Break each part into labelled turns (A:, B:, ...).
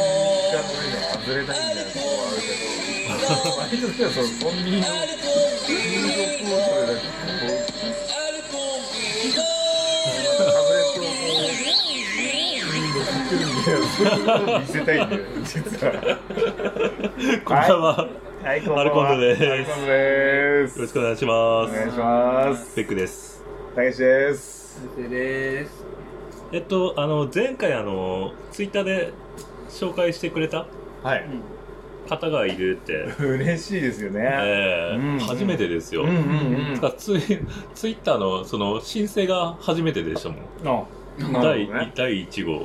A: いうのは外れないみたいなところはあるけど、割とではそのコンビニのフードコートで、なんかこう、タブレットをこう、振ってるみたいな、そういうのを見せたいんだよ、実は。
B: こんばんは。
A: はい、こんば
B: ア
A: ん
B: ルコン
A: は。
B: ドです
A: アルコンドで
B: よろし
A: す。
B: くお願いし
A: お
B: ま
A: 願いし
B: す。
A: ます。
B: ベックです。
A: たけしです。
C: 先生です。
B: えっと、あの、前回あの、ツイッターで紹介してくれた
A: はい。
B: 方がいるって、
A: 嬉しいですよね。
B: え
A: うん
B: ー、初めてですよ。
A: うんうんうん。
B: だからツイツイッターのその申請が初めてでしたもん。
A: あ、な
B: 第
A: るほどね。
B: 第1号。
A: うんうんうん、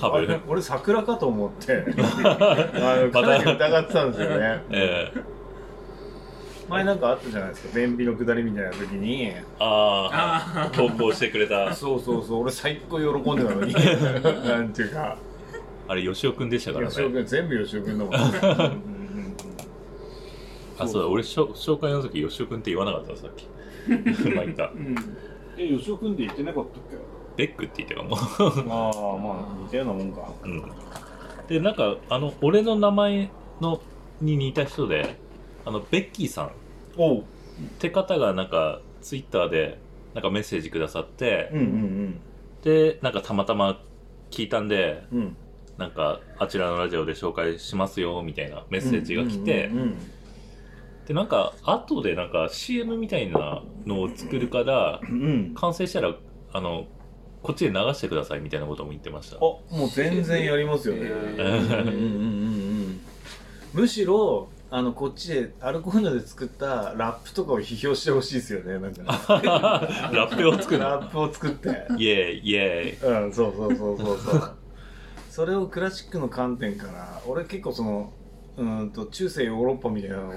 B: 多分
A: あれ俺桜かと思って あのかなり疑ってたんですよね
B: えー、
A: 前なんかあったじゃないですか便秘の下りみたいな時に
B: あ
C: あ
B: あ、投稿してくれた。
A: そうそうそう俺最高喜んでた のになんていうか
B: あれ、吉尾くんでしたから
A: 吉尾
B: ね。
A: 君全部吉尾君だもんねうんうんうん
B: あ、そうだ、俺、しょ紹介の時、吉尾くんって言わなかった、 さっき。まあ、言った
C: あ。。うん。
D: え、吉尾君って言ってなかったっけ
B: ベックって言ったかも。
A: ああまあ似たようなもんか
B: うん、でなんかあの俺の名前のに似た人であのベッキーさんっ
A: おう
B: て方がなんかツイッターでなんかメッセージくださって、
A: うんうん
B: でなんかたまたま聞いたんで
A: うんうん
B: なんかあちらのラジオで紹介しますよみたいなメッセージが来て、
A: うんうんうん
B: でなんか後でなんか CM みたいなのを作るから
A: うん
B: 完成したらあのこっちで流してくださいみたいなことも言ってました
A: あもう全然やりますよね、
C: えー
A: うんうんうんうんむしろあのこっちでアルコールで作ったラップとかを批評してほしいですよねなんか
B: ラップを作る
A: ラップを作って
B: イエーイイエ
A: うんそうそうそうそうそうそれをクラシックの観点から俺結構そのうーんと中世ヨーロッパみたいなの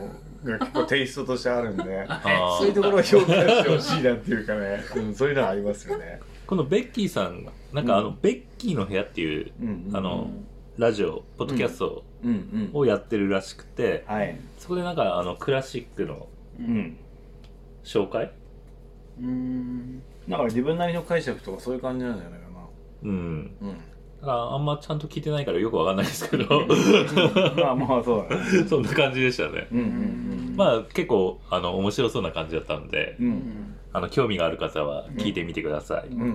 A: が結構テイストと してあるんで
B: ーイあー
A: そういうところを表現してほしいなっていうかね、うん、そういうのはありますよね、
B: このベッキーさんがなんかあの、
A: うん
B: ベッキーの部屋っていう
A: うんうん
B: あのラジオポッドキャスト
A: うんうん
B: をやってるらしくて、
A: はい
B: そこでなんかあのクラシックの
A: うん
B: 紹介
C: うん。
A: だから自分なりの解釈とかそういう感じなんじゃないか
B: うん
A: な
B: だからあんまちゃんと聞いてないからよくわかんないですけど
A: うん まあまあそうだね
B: そんな感じでしたね
A: うんうんうん
B: まあ結構あの面白そうな感じだったんで、
A: うん
C: うん。
B: あの興味がある方は聞いてみてください、
A: うんうんう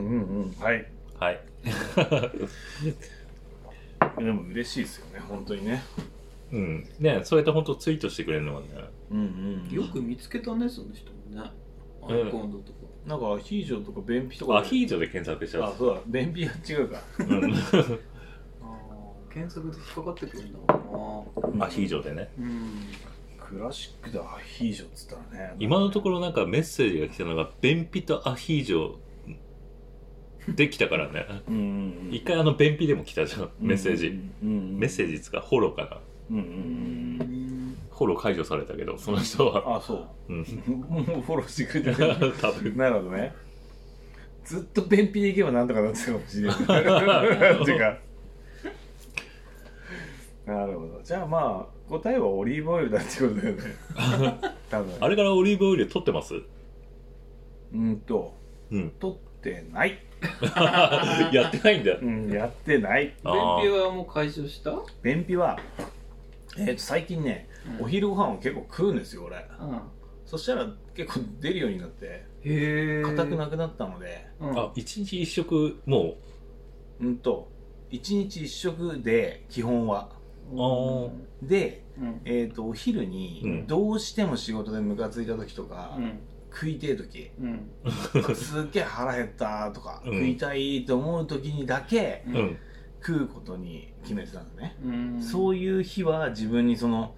A: んはい
B: はい
A: でも嬉しいですよね本当にね
B: うんねそうやって本当ツイートしてくれるのはね
A: うんうん
C: よく見つけたね、その人もね。アルコンドとか。
A: なんかアヒージョとか便秘とか
B: アヒージョで検索しちゃ
A: あ
B: う
A: そうだ便秘は違うか
C: ああ、検索で引っかかってくるんだろうな。
B: うんアヒージョでね
C: うん。
A: クラシックでアヒージョっつったらね
B: 今のところなんかメッセージが来たのが便秘とアヒージョできたからね
A: うんうんうん
B: 一回あの便秘でも来たじゃんメッセージ、
A: うんうんうん
B: メッセージっつうかフォローかな
A: うんうんうん
B: フォロー解除されたけどその人は
A: あそう
B: うん
A: もうフォローしてくれ
B: 多
A: てる
B: 分
A: なるほどね。ずっと便秘でいけばなんとかなってたかもしれ ない。っていうか。なるほど。じゃあまあ、答えはオリーブオイルだってことだよね。多分。
B: あれからオリーブオイル取ってます
A: うんと、
B: うん
A: 取ってない。
B: やってないんだよ
A: うん、やってない。
C: 便秘はもう解消したうん。
A: 便秘は、えーと、最近ね、お昼ご飯を結構食うんですよ、俺。そしたら結構出るようになって、
C: へえ。
A: 硬くなくなったので、
C: うん。
B: あ一日一食も
A: うんと、一日一食で、基本は。
B: うん
A: で、
C: うん。
A: えー、とお昼
B: う
A: に
B: ん
A: どうしても仕事でムカついた時とか、
C: うん。
A: 食いてえ時
C: うん。
A: すっげえ腹減ったとか、
B: うん
A: 食いたいと思う時にだけ
B: ううん
A: 食うことに決めてたんだね、
C: うん。
A: そういう日は自分にその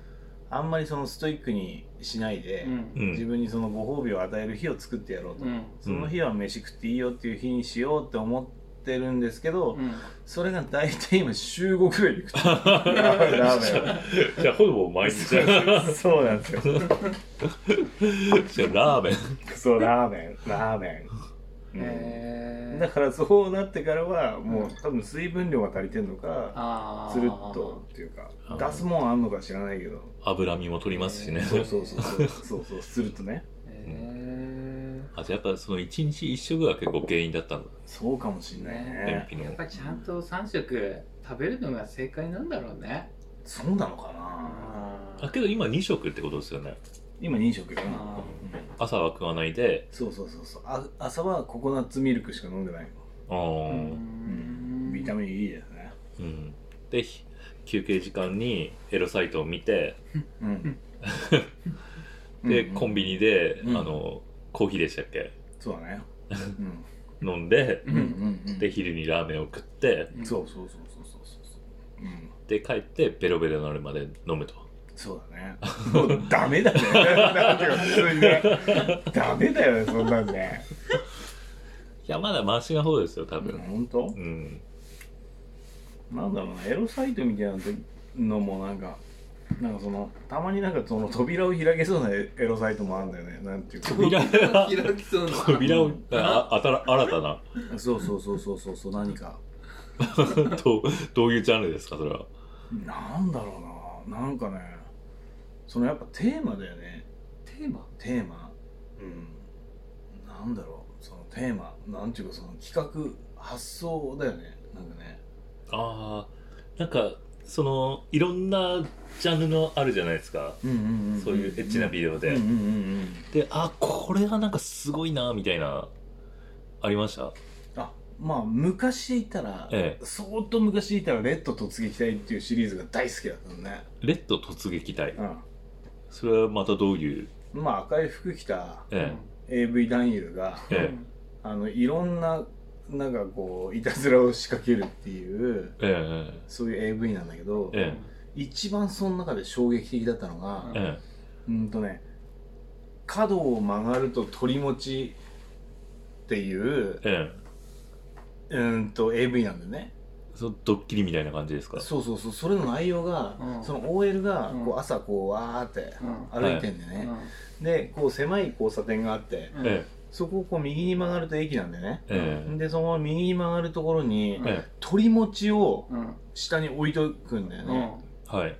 A: あんまりそのストイックにしないで
C: う、ん。
B: う
A: 自
B: ん
A: 分にそのご褒美を与える日を作ってやろうと、
C: うん。
A: その日は飯食っていいよっていう日にしようって思ってるんですけど、
C: うん。
A: それが大体今週5くらいで食ってるラーメンラーメンを
B: じゃあほぼ毎日じゃ
A: そうなんですよ
B: あラーメン
A: クソラーメンラーメ
C: へ
A: ン、
C: え。
A: だからそうなってからはもう多分水分量が足りてんのか
C: ああ。
A: つるっと。っていうか
B: あー
A: 出すもんあんのか知らないけど
B: 脂身も取りますしね
A: そうそうそうそうそうそうするとね
C: へえ。
B: あとやっぱその一日一食が結構原因だったんだ
A: そうかもしんないね
B: 便秘
C: や
B: の
C: っぱちゃんと3食食べるのが正解なんだろうね
A: そうなのかな
B: あ
C: あ
B: けど今2食ってことですよね
A: 今2食よな、
C: あ
A: うん
B: 朝は食わないで
A: そうそうそうそうあ朝はココナッツミルクしか飲んでない
B: あー
C: ー
A: のビタミン E ですね
B: うんでひ休憩時間にエロサイトを見て
A: うん
B: で、
A: うん
B: コンビニで、
A: うん
B: あのコーヒーでしたっけ
A: そうだねうん
B: 飲んで
C: う
A: うんうん
C: ん
A: うん
B: で昼にラーメンを食って
C: うん
A: そうそうそうそうそうそうそううん
B: で帰ってベロベロになるまで飲むと
A: そうだねもうダメだねなんていうか普通にねダメだよねそんなんね
B: いやまだマシな方ですよ多分
A: 本当
B: うん
A: なんだろうなエロサイトみたいなのもなんかなんかそのたまになんかその扉を開けそうなエロサイトもあるんだよねなんていうか
B: 扉が
C: 開きそうな
B: 扉をああたら新たな
A: そうそうそうそうそうそう何か
B: どうどういうジャンルですかそれは
A: なんだろうななんかねそのやっぱテーマだよね
C: テーマ
A: テーマうんなんだろうそのテーマなんていうかその企画発想だよねなんかね
B: ああなんかそのいろんなジャンルのあるじゃないですか
A: うんうんんん
B: そういうエッチなビデオで、
A: うんうんうんうん
B: であこれがなんかすごいなみたいなありました
A: あまあ昔いたら、
B: え
A: 相当昔いたら「レッド突撃隊」っていうシリーズが大好きだったのね、
B: レッド突撃隊それはまたどういう
A: うん、まあ赤い服着た
B: え
A: AV 男優が
B: ええ
A: あのいろんななんかこういたずらを仕掛けるっていう
B: ええ
A: そういう AV なんだけど、
B: ええ
A: 一番その中で衝撃的だったのが、
B: ええ
A: うんとね角を曲がると鳥持ちっていう
B: ええ
A: うんと AV なんだよね
B: そのドッキリみたいな感じですか
A: そうそうそうそれの内容が、
C: うん
A: その OL がこ
C: う
A: うん朝こうわーって
C: うん
A: 歩いてんでね、でこう狭い交差点があって
C: うん
B: え
A: そこをこう右に曲がると駅なんでね
B: ええ
A: でその右に曲がるところに
C: うん
B: ええ
A: 鳥餅を
C: うん
A: 下に置いとくんだよね、
B: えはい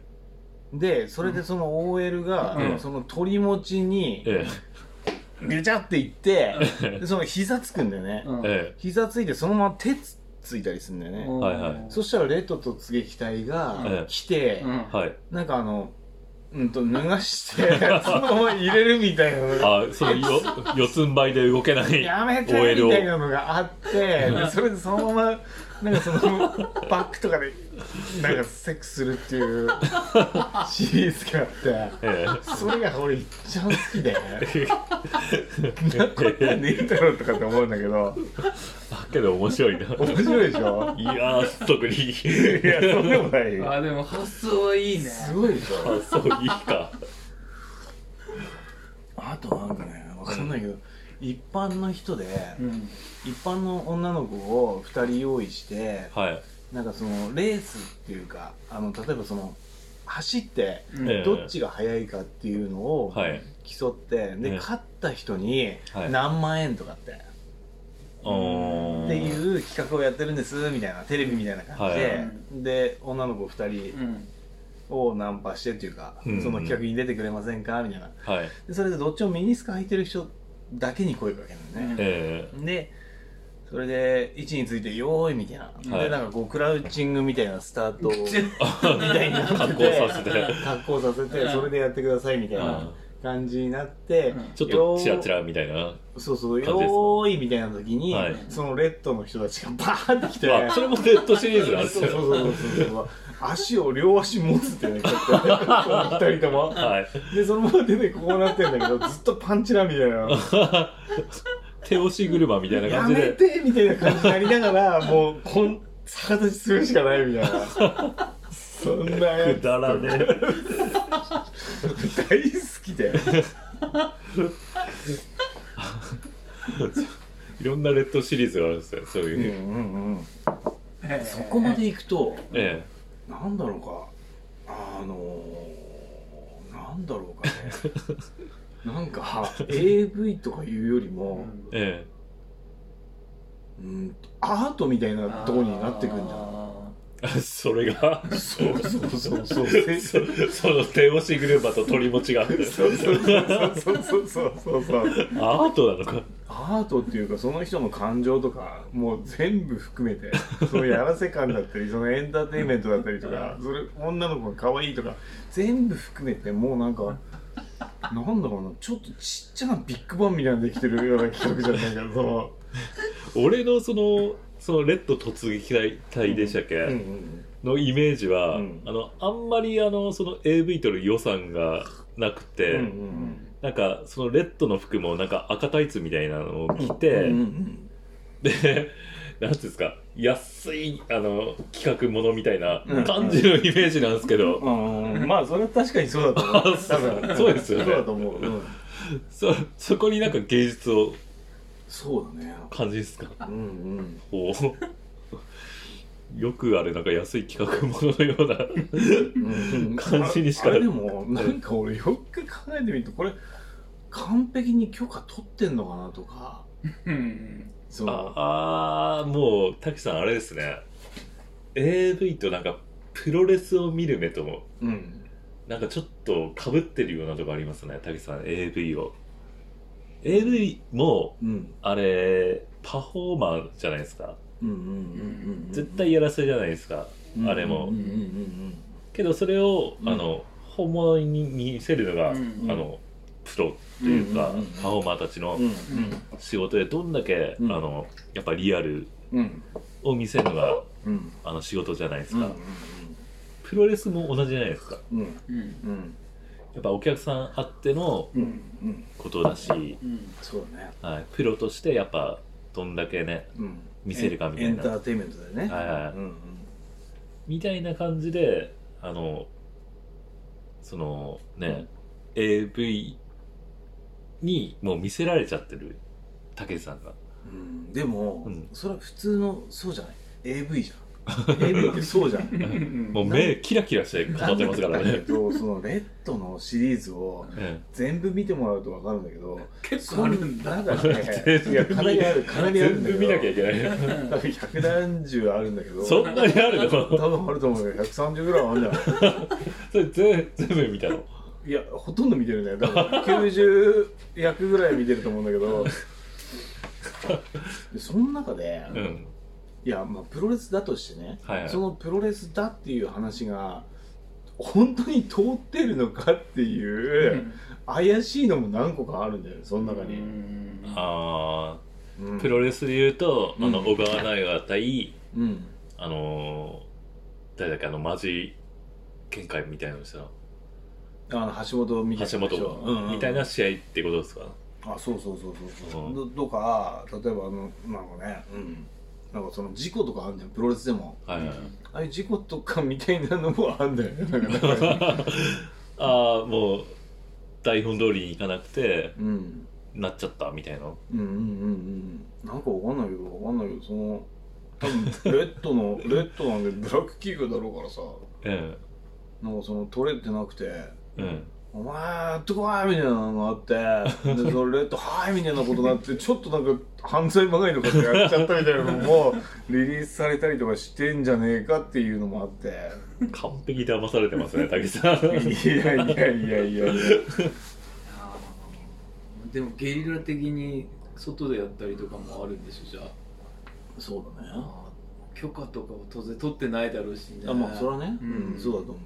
A: でそれでその OL が、
B: うん
A: その鳥餅に
B: え
A: ぐちゃっていって、
B: え
A: でその膝つくんだよね、
C: うん
B: え
A: 膝ついてそのまま手つついたりするんだよね、
B: はいはい
A: そしたらレッド突撃隊
B: え
A: が
B: え
A: 来て、
C: うん
B: えはい
A: なんかあの、うんと、脱が して、そのまま入れるみたいなのが、
B: あそのよ四つん這いで動けない
A: やめて
B: OL を
A: みたいなのがあって、でそれでそのまま、なんかその、バックとかで、なんかセックスするっていうシリーズがあって、
B: え
A: それが俺一番好きで、
B: え
A: なことはねえだろうとかって思うんだけど、
B: あけど面白いな
A: 面白いでしょ
B: いやー特にいい
A: いや、そうでもない。
C: あでも発想はいいね
A: すごいでしょ
B: あそういいか
A: あとなんかね、わかんないけど、一般の人で、
C: うん
A: 一般の女の子を2人用意して
B: はい
A: なんかそのレースっていうかあの例えばその走って
C: うん
B: ええ
A: どっちが速いかっていうのを
B: はい
A: 競って、で、
B: ええ
A: 勝った人に
B: はい
A: 何万円とかって、
B: お
A: っていう企画をやってるんですみたいなテレビみたいな感じで、
B: はい
A: で女の子
C: う
A: 2人
C: ん
A: をナンパしてっていうか、
B: うん
A: その企画に出てくれませんかみたいな
B: はい
A: でそれでどっちもミニスカ履いてる人だけに声かけるのね、
B: え
A: でそれで位置について「よーい」みたいな、
B: はい
A: でなんかこうクラウチングみたいなスタ ートみ
C: ちょ
A: たいにな ってて
B: 格好させて
A: 格好させてそれでやってくださいみたいな感じになって、
C: うん
B: ー、ちょっとチラチラみたいな
A: そうそう「
B: 感じ
A: よ
B: ですか
A: ーい」みたいな時に、
B: はい
A: そのレッドの人たちがバーって来て。
B: あそれもレッドシリーズなんです
A: そうそう
B: よ
A: そうそうそう足を両足持つってねちょっとねこ の二人とも
B: はい
A: でそのまま出てこうなってんだけどずっとパンチラみたいな
B: 手押し車みたいな
A: や
B: 感じ
A: め
B: で
A: てみたいな感じになりながらもうこん逆立ちするしかないみたい なそんなや
B: く
A: つ
B: だらねえ
A: 大好きだよ
B: いろんなレッドシリーズがあるんですよそう
A: う
B: い
A: んう
B: う、
A: んうん
C: ええ
A: そこまでいくと
B: ええ
A: なんだろうかあのー、なんだろうかねなんか AV とかいうより
C: う
A: も、
C: ん
B: え
A: うん、アートみたいなとこになってくんじゃん
C: あ
B: え それが
A: そうそうそうそう
B: そその手押し車と鳥持ちがあって
A: そうそうそうそうそうそうそうそう
B: アートなのか
A: アアートっていうかその人の感情とかもう全部含めてそのやらせ感だったりそのエンターテインメントだったりとかそれ女の子が可愛いとか全部含めてもうなんかなんだろうなちょっとちっちゃなビッグバンみたいなのできてるような企画じゃないけどその
B: 俺のそのそのレッド突撃隊でしたっけ、
A: うんうん
B: のイメージは、
A: うん
B: あのあんまりあのその AV との予算がなく
A: う
B: て、
A: んうん
B: なんかそのレッドの服もなんか赤タイツみたいなのを着
A: う
B: て、
A: んうんうん
B: でなんていうんですか安いあの企画ものみたいな
A: うん
B: 感じのイメージなんですけど、
A: うんまあそれは確かにそうだと思う
B: あそう
A: 多分
B: そうですよね
A: そうだと思う、うん
B: そそこになんか芸術を
A: そうだね
B: 感じですか
A: うんうん
B: およくあれなんか安い企画もののような
A: うん
B: 感じにしか
A: あれでもなんか俺よく考えてみるとこれ完璧に許可取ってんのかなとか
C: うん
A: その
B: ああーもう滝さんあれですね AV となんかプロレスを見る目とも
A: うん
B: なんかちょっとかぶってるようなとこありますね滝さん AV を AV も
A: うん
B: あれパフォーマーじゃないですか
A: うんうんうんうん
B: 絶対やらせじゃないですか、
A: うん
B: あれも
A: うんうんうん
B: けどそれを、
A: うん
B: あの本物に見せるのが、
C: うん
B: あのプロというか、
A: うんうんうん
B: パフォーマーたちの
A: うん
B: 仕事でどんだけ、
A: うん
B: あのやっぱリアル
A: うんうん
B: を見せるのが
A: うん
B: あの仕事じゃないです
A: うん
B: か、プロレスも同じじゃないですか
A: うん
C: うん
A: うん
B: やっぱお客さんあっての
A: うんうん
B: ことだし、
C: うん
A: そうだね
B: はい、プロとしてやっぱどんだけね
A: うん
B: 見せるかみた
A: エ
B: い
A: ンタ
B: な、
A: ーテインメントだよね
B: はいはい
A: うんうん
B: みたいな感じであのそのね AV にもう見せられちゃってる武さんが
A: うんでも
B: うん
A: それは普通のそうじゃない AV じ ゃん AV ってそうじゃん
B: もう目キラキラして語ってますから
A: だけ
B: ね、
A: どそのレッドのシリーズを
B: え
A: 全部見てもらうと分かるんだけど
C: 結構あるんだ
A: なんかね
B: 全部
A: いやかなりあるかな
B: え
A: りある
B: 全
A: んだけ
B: 部
A: ど
B: 見なきゃいけない
A: 多分百何十あるんだけど
B: そんなにある
A: 多
B: の
A: 分あると思うよ130ぐらいはあるんじゃない
B: それ全全部見たの
A: いやほとんど見てるね多分90役ぐらい見てると思うんだけどでその中で、
B: うん
A: いやまあプロレスだとしてね、
B: はいはい
A: そのプロレスだっていう話が本当に通ってるのかっていう、怪しいのも何個かあるんだよねその中に、
B: あ
A: うん
B: あプロレスで言うと、あの
A: うん
B: 小川内が対
A: うん
B: あのー誰だっけあのマジ見解みたいなのしたの
A: あの橋本みたいな
B: 橋本みたいな試合ってことですか、
A: あそうそうそうそうそう、
B: うん
A: どとか例えばあのなんかね、うん、なんかその事故とかあるんだよプロレスでも
B: はいはい
A: ああいう事故とかみたいなのもあるんだよねなんかね
B: ああもう台本通りにいかなくて
A: うん
B: なっちゃったみたいな
A: うんうんうんうんなんかわかんないけどわかんないけどその多分レッドのレッドなんでブラック企業だろうからさ
B: うん
A: なんかその取れてなくて
B: うん
A: お前やってこいみたいなのがあってでそれと「はい」みたいなことになってちょっとなんか犯罪まがいのことやっちゃったみたいなのもリリースされたりとかしてんじゃねえかっていうのもあって
B: 完璧に騙されてま すね武さん
A: いやいやいやいやいや
C: あーでもゲリラ的に外でやったりとかもあるんでしょじゃ
A: そうだね
C: ああー許可とかを当然取ってないだろうしね
A: あまあそれはね、う
C: うんん
A: そうだと思うよ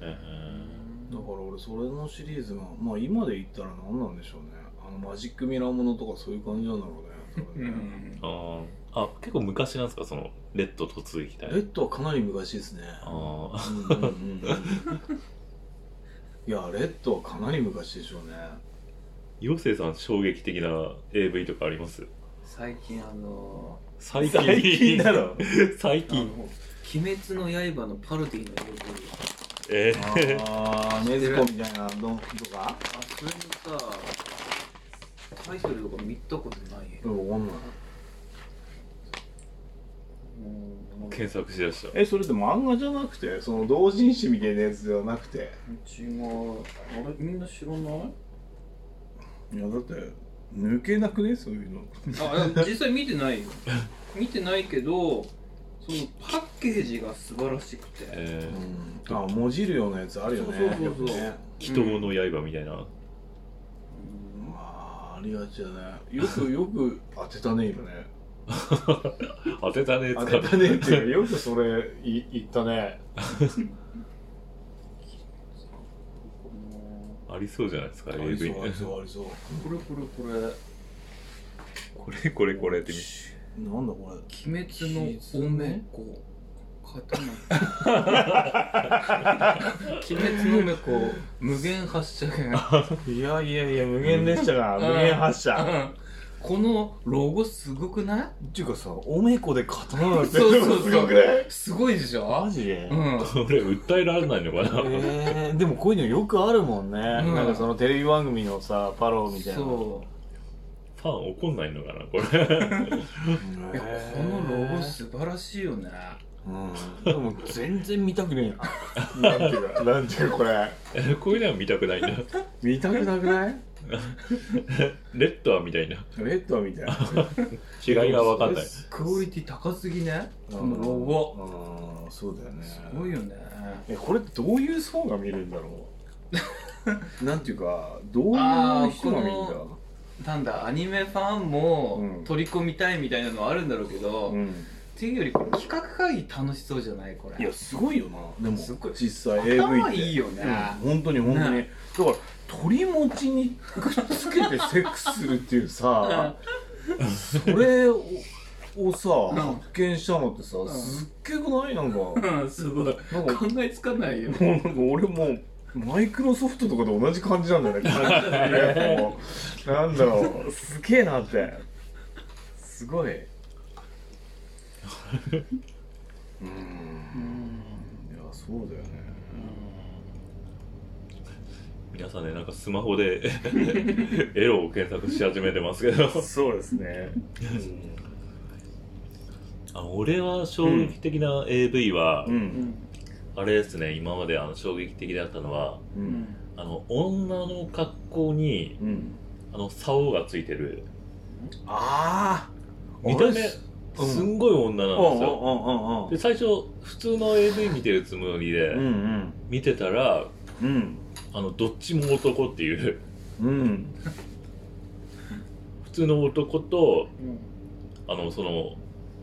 B: う
C: うん
A: だから俺それのシリーズがまあ今で言ったら何なんでしょうねあのマジックミラーものとかそういう感じなんだろうね多分
C: う
A: ね
C: ん
B: あーあ結構昔なんですかそのレッド突撃隊
A: レッドはかなり昔ですね
B: ああ
A: うんうんうんうんいやレッドはかなり昔でしょ うね
B: 陽生さん衝撃的な AV とかあります
C: 最近あの
B: 最近
A: 最近だろ
C: ー
B: 最
C: あ
B: 近
C: の鬼滅の刃のパロディの動き
B: えー、
A: ああネズコみたいなどんとか
C: あそれのさタイトルとか見たことないよ
A: うんわかんない
C: もう
B: 検索しだした
A: えそれって漫画じゃなくてその同人誌みたいなやつではなくて
C: うちがあれみんな知らない
A: いやだって抜けなくねそういうの
C: あでも実際見て ないよ見てないけどそのパッケージが素晴らしくて、
B: えー
A: あもじるようなやつあるよね
C: そうそうそうそう
A: よくね
B: 祈祷の刃みたいな、
A: まありがちだねよくよく当てたね今ね
B: 当てたね
A: 当てたねっていうかよくそれい言ったね
B: ありそうじゃないですか
A: あ
B: AV
A: りそうありそう
C: これこれこれ
B: これこれこれってみ
A: なんだこれ
C: 「鬼滅のおめこ」刀鬼滅のおめこ無限発射剣
A: いやいやいや無限列車が無限発車
C: うんこのロゴすごくな
A: っていうかさおめこで刀なんて
C: そうそうそう
A: すごくない
C: いすごいでしょ
A: マジで
C: うん
B: これ訴えられないのかな
A: えー、でもこういうのよくあるもんね、
C: ん
A: なんかそのテレビ番組のさパロみたいな
C: そ
B: ファン怒んないのかなこれ
C: ういやこのロゴ素晴らしいよね
A: うん、でも全然見たくねえななんていうかなんていうかこれ
B: こういうのは見たくないな
A: 見たくなくない
B: レッドは見たいな
A: レッドみたいな
B: 違いが分かんない
C: クオリティ高すぎねこのロゴ
A: ゴうんそうだよね
C: すごいよね
A: えこれってどういう層が見るんだろ うなんていうかどういう人が
C: あー
A: 見るんだ
C: こなんだアニメファン
A: う
C: も
A: ん
C: 取り込みたいみたいなのはあるんだろうけど、
A: う
C: っ
A: ん
C: ていうよりこれ企画会議楽しそうじゃないこれ
A: いやすごいよなでも
C: すごい
A: 実際 AV って
C: 頭いいよね、
A: うん、本当に本当に、
C: ね
A: だから鳥持ちにくっつけてセックスするっていうさそれををさ
C: ん
A: 発見したのってさ、
C: ん
A: すっげえくないなんか
C: うん、すごい
A: なんか
C: 考えつかないよ
A: もうなんか俺もうマイクロソフトとかと同じ感じなんだよね感じだねもうなんだろうすげえなってすごいうーんいやそうだよね
B: 皆さんねなんかスマホで エロを検索し始めてますけど
A: そうですね、
B: あ俺は衝撃的な AV は、
A: うん
C: うん
B: あれですね今まであの衝撃的だったのは
A: うん
B: あの女の格好に
A: うん、
B: あの竿がついてる
A: ああ
B: 見た目
A: あれうん
B: すんごい女なんですよ、
A: うんうんうん
B: で最初普通の AV 見てるつもりで、
A: うん
B: 見てたら
A: うん
B: あのどっちも男っていう
A: うんうん
B: 普通の男と
C: うん
B: あのその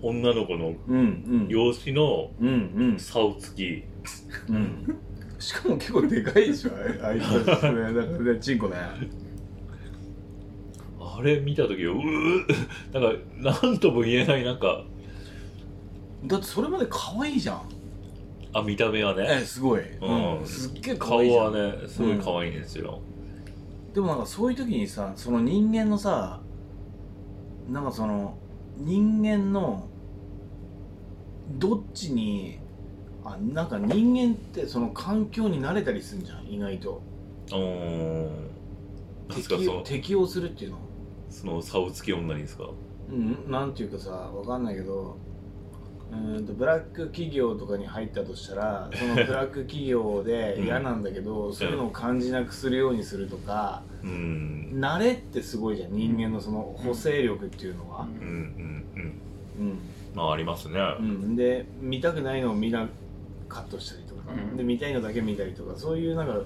B: 女の子の
A: うんうん
B: 容姿の
A: うんうん
B: 竿つき
A: うんしかも結構でかいでしょああいつねだからねチンコね
B: あれ見た時うー なんか何とも言えないなんか
A: だってそれまで可愛いじゃん
B: あ見た目は
A: え
B: ね
A: すごい、
B: うん
A: すっげえ可
B: 顔
A: 愛いじゃん
B: はねすごい可愛いんですよ、
A: でもなんかそういう時にさその人間のさなんかその人間のどっちにあなんか人間ってその環境に慣れたりするんじゃん意外と
B: うーんなんですかそ
A: 適応
B: の
A: 適応するっていうの
B: その竿つき女にですか
A: うんなんていうかさわかんないけどうーんとブラック企業とかに入ったとしたらそのブラッ ク企業で嫌なんだけど、そういうのを感じなくするようにするとか
B: うーん
A: 慣れってすごいじゃん人間のその補正力っていうのは。
B: うんうんうん
A: うん
B: まあありますね、
A: うん、で見たくないのを見なカットしたりとか、
C: うん
A: で見たいのだけ見たりとかそういうなんか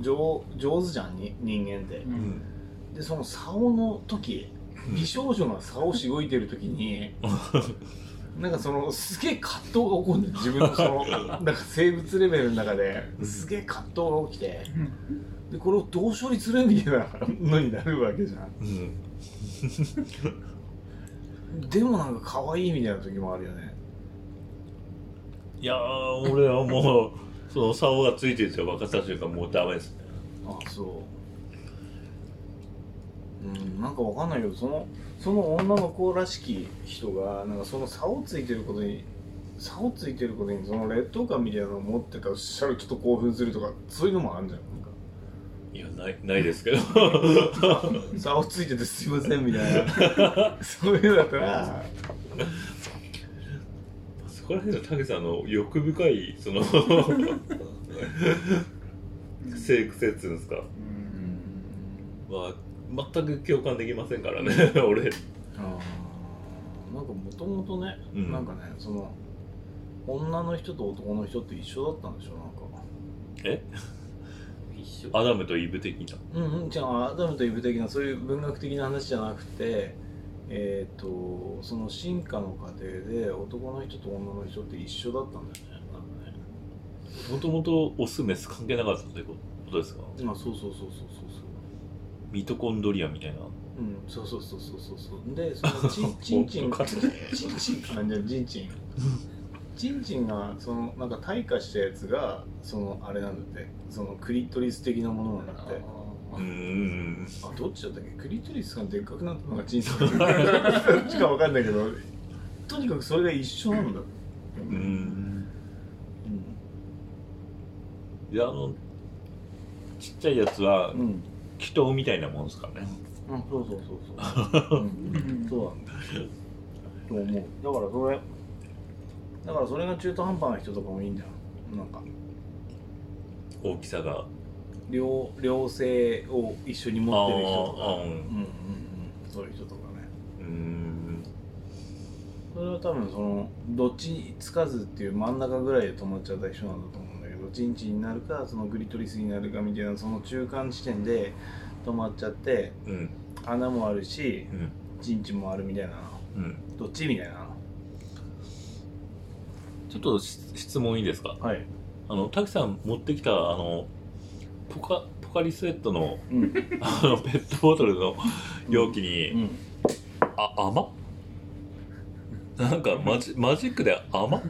A: 上上手じゃんに人間って、
C: うん
A: でその竿の時美少女が竿をしごいてる時に、なんかそのすげえ葛藤が起こるんだよ自分のそのなんか生物レベルの中で
B: うん
A: すげえ葛藤が起きてでこれをどう処理するみたいなのになるわけじゃん
B: うん
A: でもなんか可愛いみたいな時もあるよね
B: いやー俺はもう その竿がついてるって分かった瞬間もうダメですね
A: あそううんなんかわかんないけどそのその女の子らしき人がなんかその竿ついてることに竿ついてることにその劣等感みたいなのを持ってたらしゃるちょっと興奮するとかそういうのもあるんじゃんなんか
B: いやないないですけど
A: 竿ついててすいませんみたい なそういうのだったら
B: そこら辺のたけさんの欲深いその 性癖説ですか
A: うん
B: は全く共感できませんからね 俺
A: あーなんかもともとね、
B: うん
A: なんかねその女の人と男の人って一緒だったんでしょなんか
B: え
C: 一緒
B: アダムとイブ的な。
A: うんうん、じゃあアダムとイブ的なそういう文学的な話じゃなくてえっ、とその進化の過程で男の人と女の人って一緒だったんだよねなんかね
B: もともとオスメス関係なかったってことですか
A: まあそうそうそうそうそう
B: ミトコンドリアみたいな。
A: そううんそうそうそうそうそうそうでそのちんちんちん
B: もっと勝てない
A: ちんちんあじゃあちんちんちんちんがそのなんか退化したやつがそのあれなんだってそのクリトリス的なものなんだって
B: うーん。
A: あどっちだったっけクリトリスがでっかくなったのが人生どっ ちかわかんないけどとにかくそれが一緒なんだ、
B: うーん。で、あの、ちっちゃいやつは
A: う、ん、
B: 祈祷みたいなもんですからね。
A: あそうそうそう そう、うんそうなんだと思うだからそれだからそれが中途半端な人とかもいいんじゃんなんか
B: 大きさが。
A: 両両性を一緒に持ってる人とか
B: あーあー
A: う
B: うんん
A: うんうんそういう人とかね
B: うーん。
A: それは多分そのどっちにつかずっていう真ん中ぐらいで止まっちゃった人なんだと思うんだけどチンチンになるかそのグリトリスになるかみたいなその中間地点で止まっちゃって
B: うん。
A: 穴もあるし
B: うん。
A: チンチンもあるみたいな
B: うん。
A: どっちみたいな
B: ちょっとし質問いいですか
A: はい、
B: あの、滝さん持ってきた、あの、ポカ、ポカリスエット の、
A: うん、
B: あの、ペットボトルの容器に、
A: うん
B: あ、甘なんかマジ、マジックで甘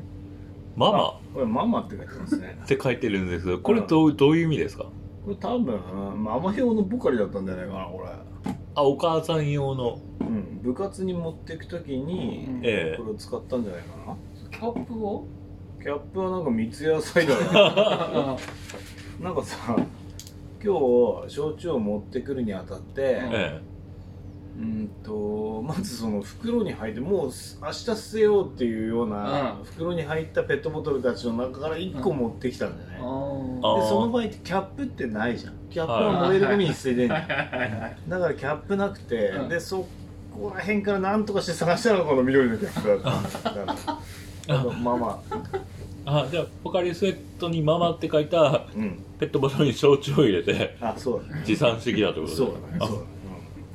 B: ママ
A: あこれママって書いてますね
B: って書いてるんですけど、これどう、どういう意味ですか
A: これ多分ママ用のポカリだったんじゃないかなこれ
B: あ、お母さん用の、
A: うん部活に持ってく時に
C: うん
B: え
A: これを使ったんじゃないかな
C: キャップを
A: キャップはなんか三ツ矢サイダーだね
C: あ
A: なんかさ今日焼酎を持ってくるにあたって
B: ええ
A: うんとまずその袋に入ってもうす明日捨てようっていうような
C: うん
A: 袋に入ったペットボトルたちの中から1個持ってきたんだよね
C: あ、
B: あ
C: ー
A: でその場合ってキャップってないじゃんキャップは燃えるゴミに捨ててんじゃんだからキャップなくて、
C: うん
A: でそこら辺から何とかして探したのがこの緑のキャップだったんだあのまあまあ
B: あ、じゃあ、ポカリスエットにママって書いた
A: うん
B: ペットボトルに焼酎を入れて、
A: あそうだね
B: 持参してきたってこと
A: そうだね
B: あ
A: そうだね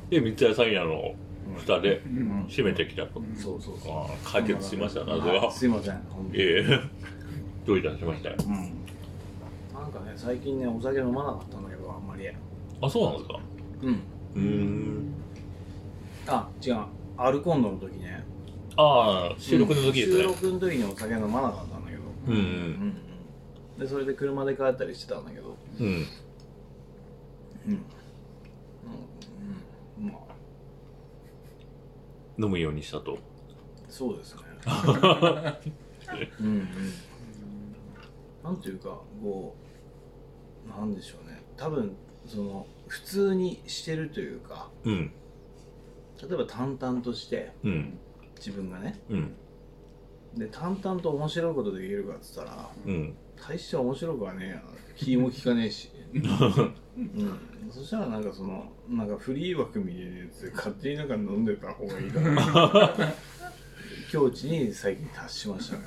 B: で、三ツ矢サイダーの
A: うん
B: 蓋で
A: うん
B: 閉めてきたと。
C: うん
A: そうそうそう
B: あー解決しました、謎が
A: あ。すいません本当に
B: ええどういたしましたよ。
A: うんなんかね最近ねお酒飲まなかったんだけどあんまり
B: あ、そうなんですか
A: うん
B: うーん。
A: あ違うアルコンドの時ね
B: ああ、収録の時です
A: うん
B: ね。
A: 収録の時にお酒飲まなかったんだけど
B: う
A: うん
B: ん。
A: うんでそれで車で帰ったりしてたんだけど
B: うん。
A: うんうんうんまあ
B: 飲むようにしたと。
A: そう ですねうんうんなんていうかこうなんでしょうね多分その普通にしてるというか
B: うん。
A: 例えば淡々として
B: うん。
A: 自分がね
B: うん。
A: で淡々と面白いことできるかっつったら
B: うん。
A: 大して面白くはねえやな気も利かねえし、うん、そしたらなんかそのなんかフリー枠みたいなやつで勝手になんか飲んでた方がいいかな境地に最近達しましたね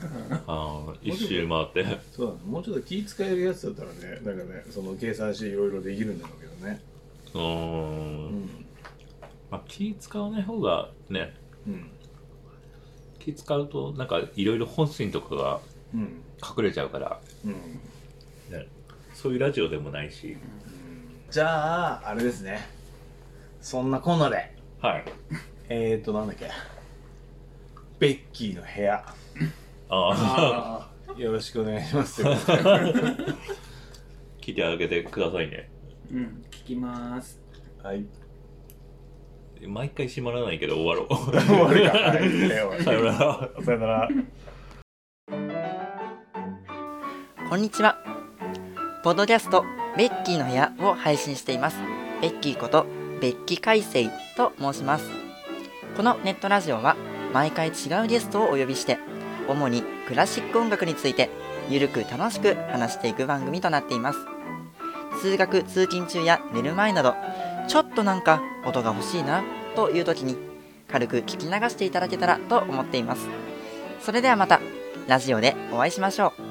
B: ああ、一周回って。
A: そうだねもうちょっと気使えるやつだったらねなんかねその計算していろいろできるんだろうけどね
B: うー。
A: うんん
B: まあ、気使わない方がね、
A: うん
B: 気使うと、なんかいろいろ本心とかが
A: うん
B: 隠れちゃうから、
A: うん
B: ね、そういうラジオでもないし。
A: じゃああれですねそんなこんなで
B: はい。
A: えーとなんだっけベッキーの部屋
B: ああ、
C: あ
A: よろしくお願いしますよ
B: 聞いてあげてくださいね。
C: ーうん聞きます
A: はい
B: 毎回閉まらないけど終わろ
A: 終 わりかはい
B: う。さよなら。
A: さよなら
E: こんにちは。ポッドキャストベッキーの部屋を配信しています。ベッキーことベッキー改正と申します。このネットラジオは毎回違うゲストをお呼びして、主にクラシック音楽についてゆるく楽しく話していく番組となっています。通学通勤中や寝る前など、ちょっとなんか音が欲しいなという時に軽く聞き流していただけたらと思っています。それではまたラジオでお会いしましょう。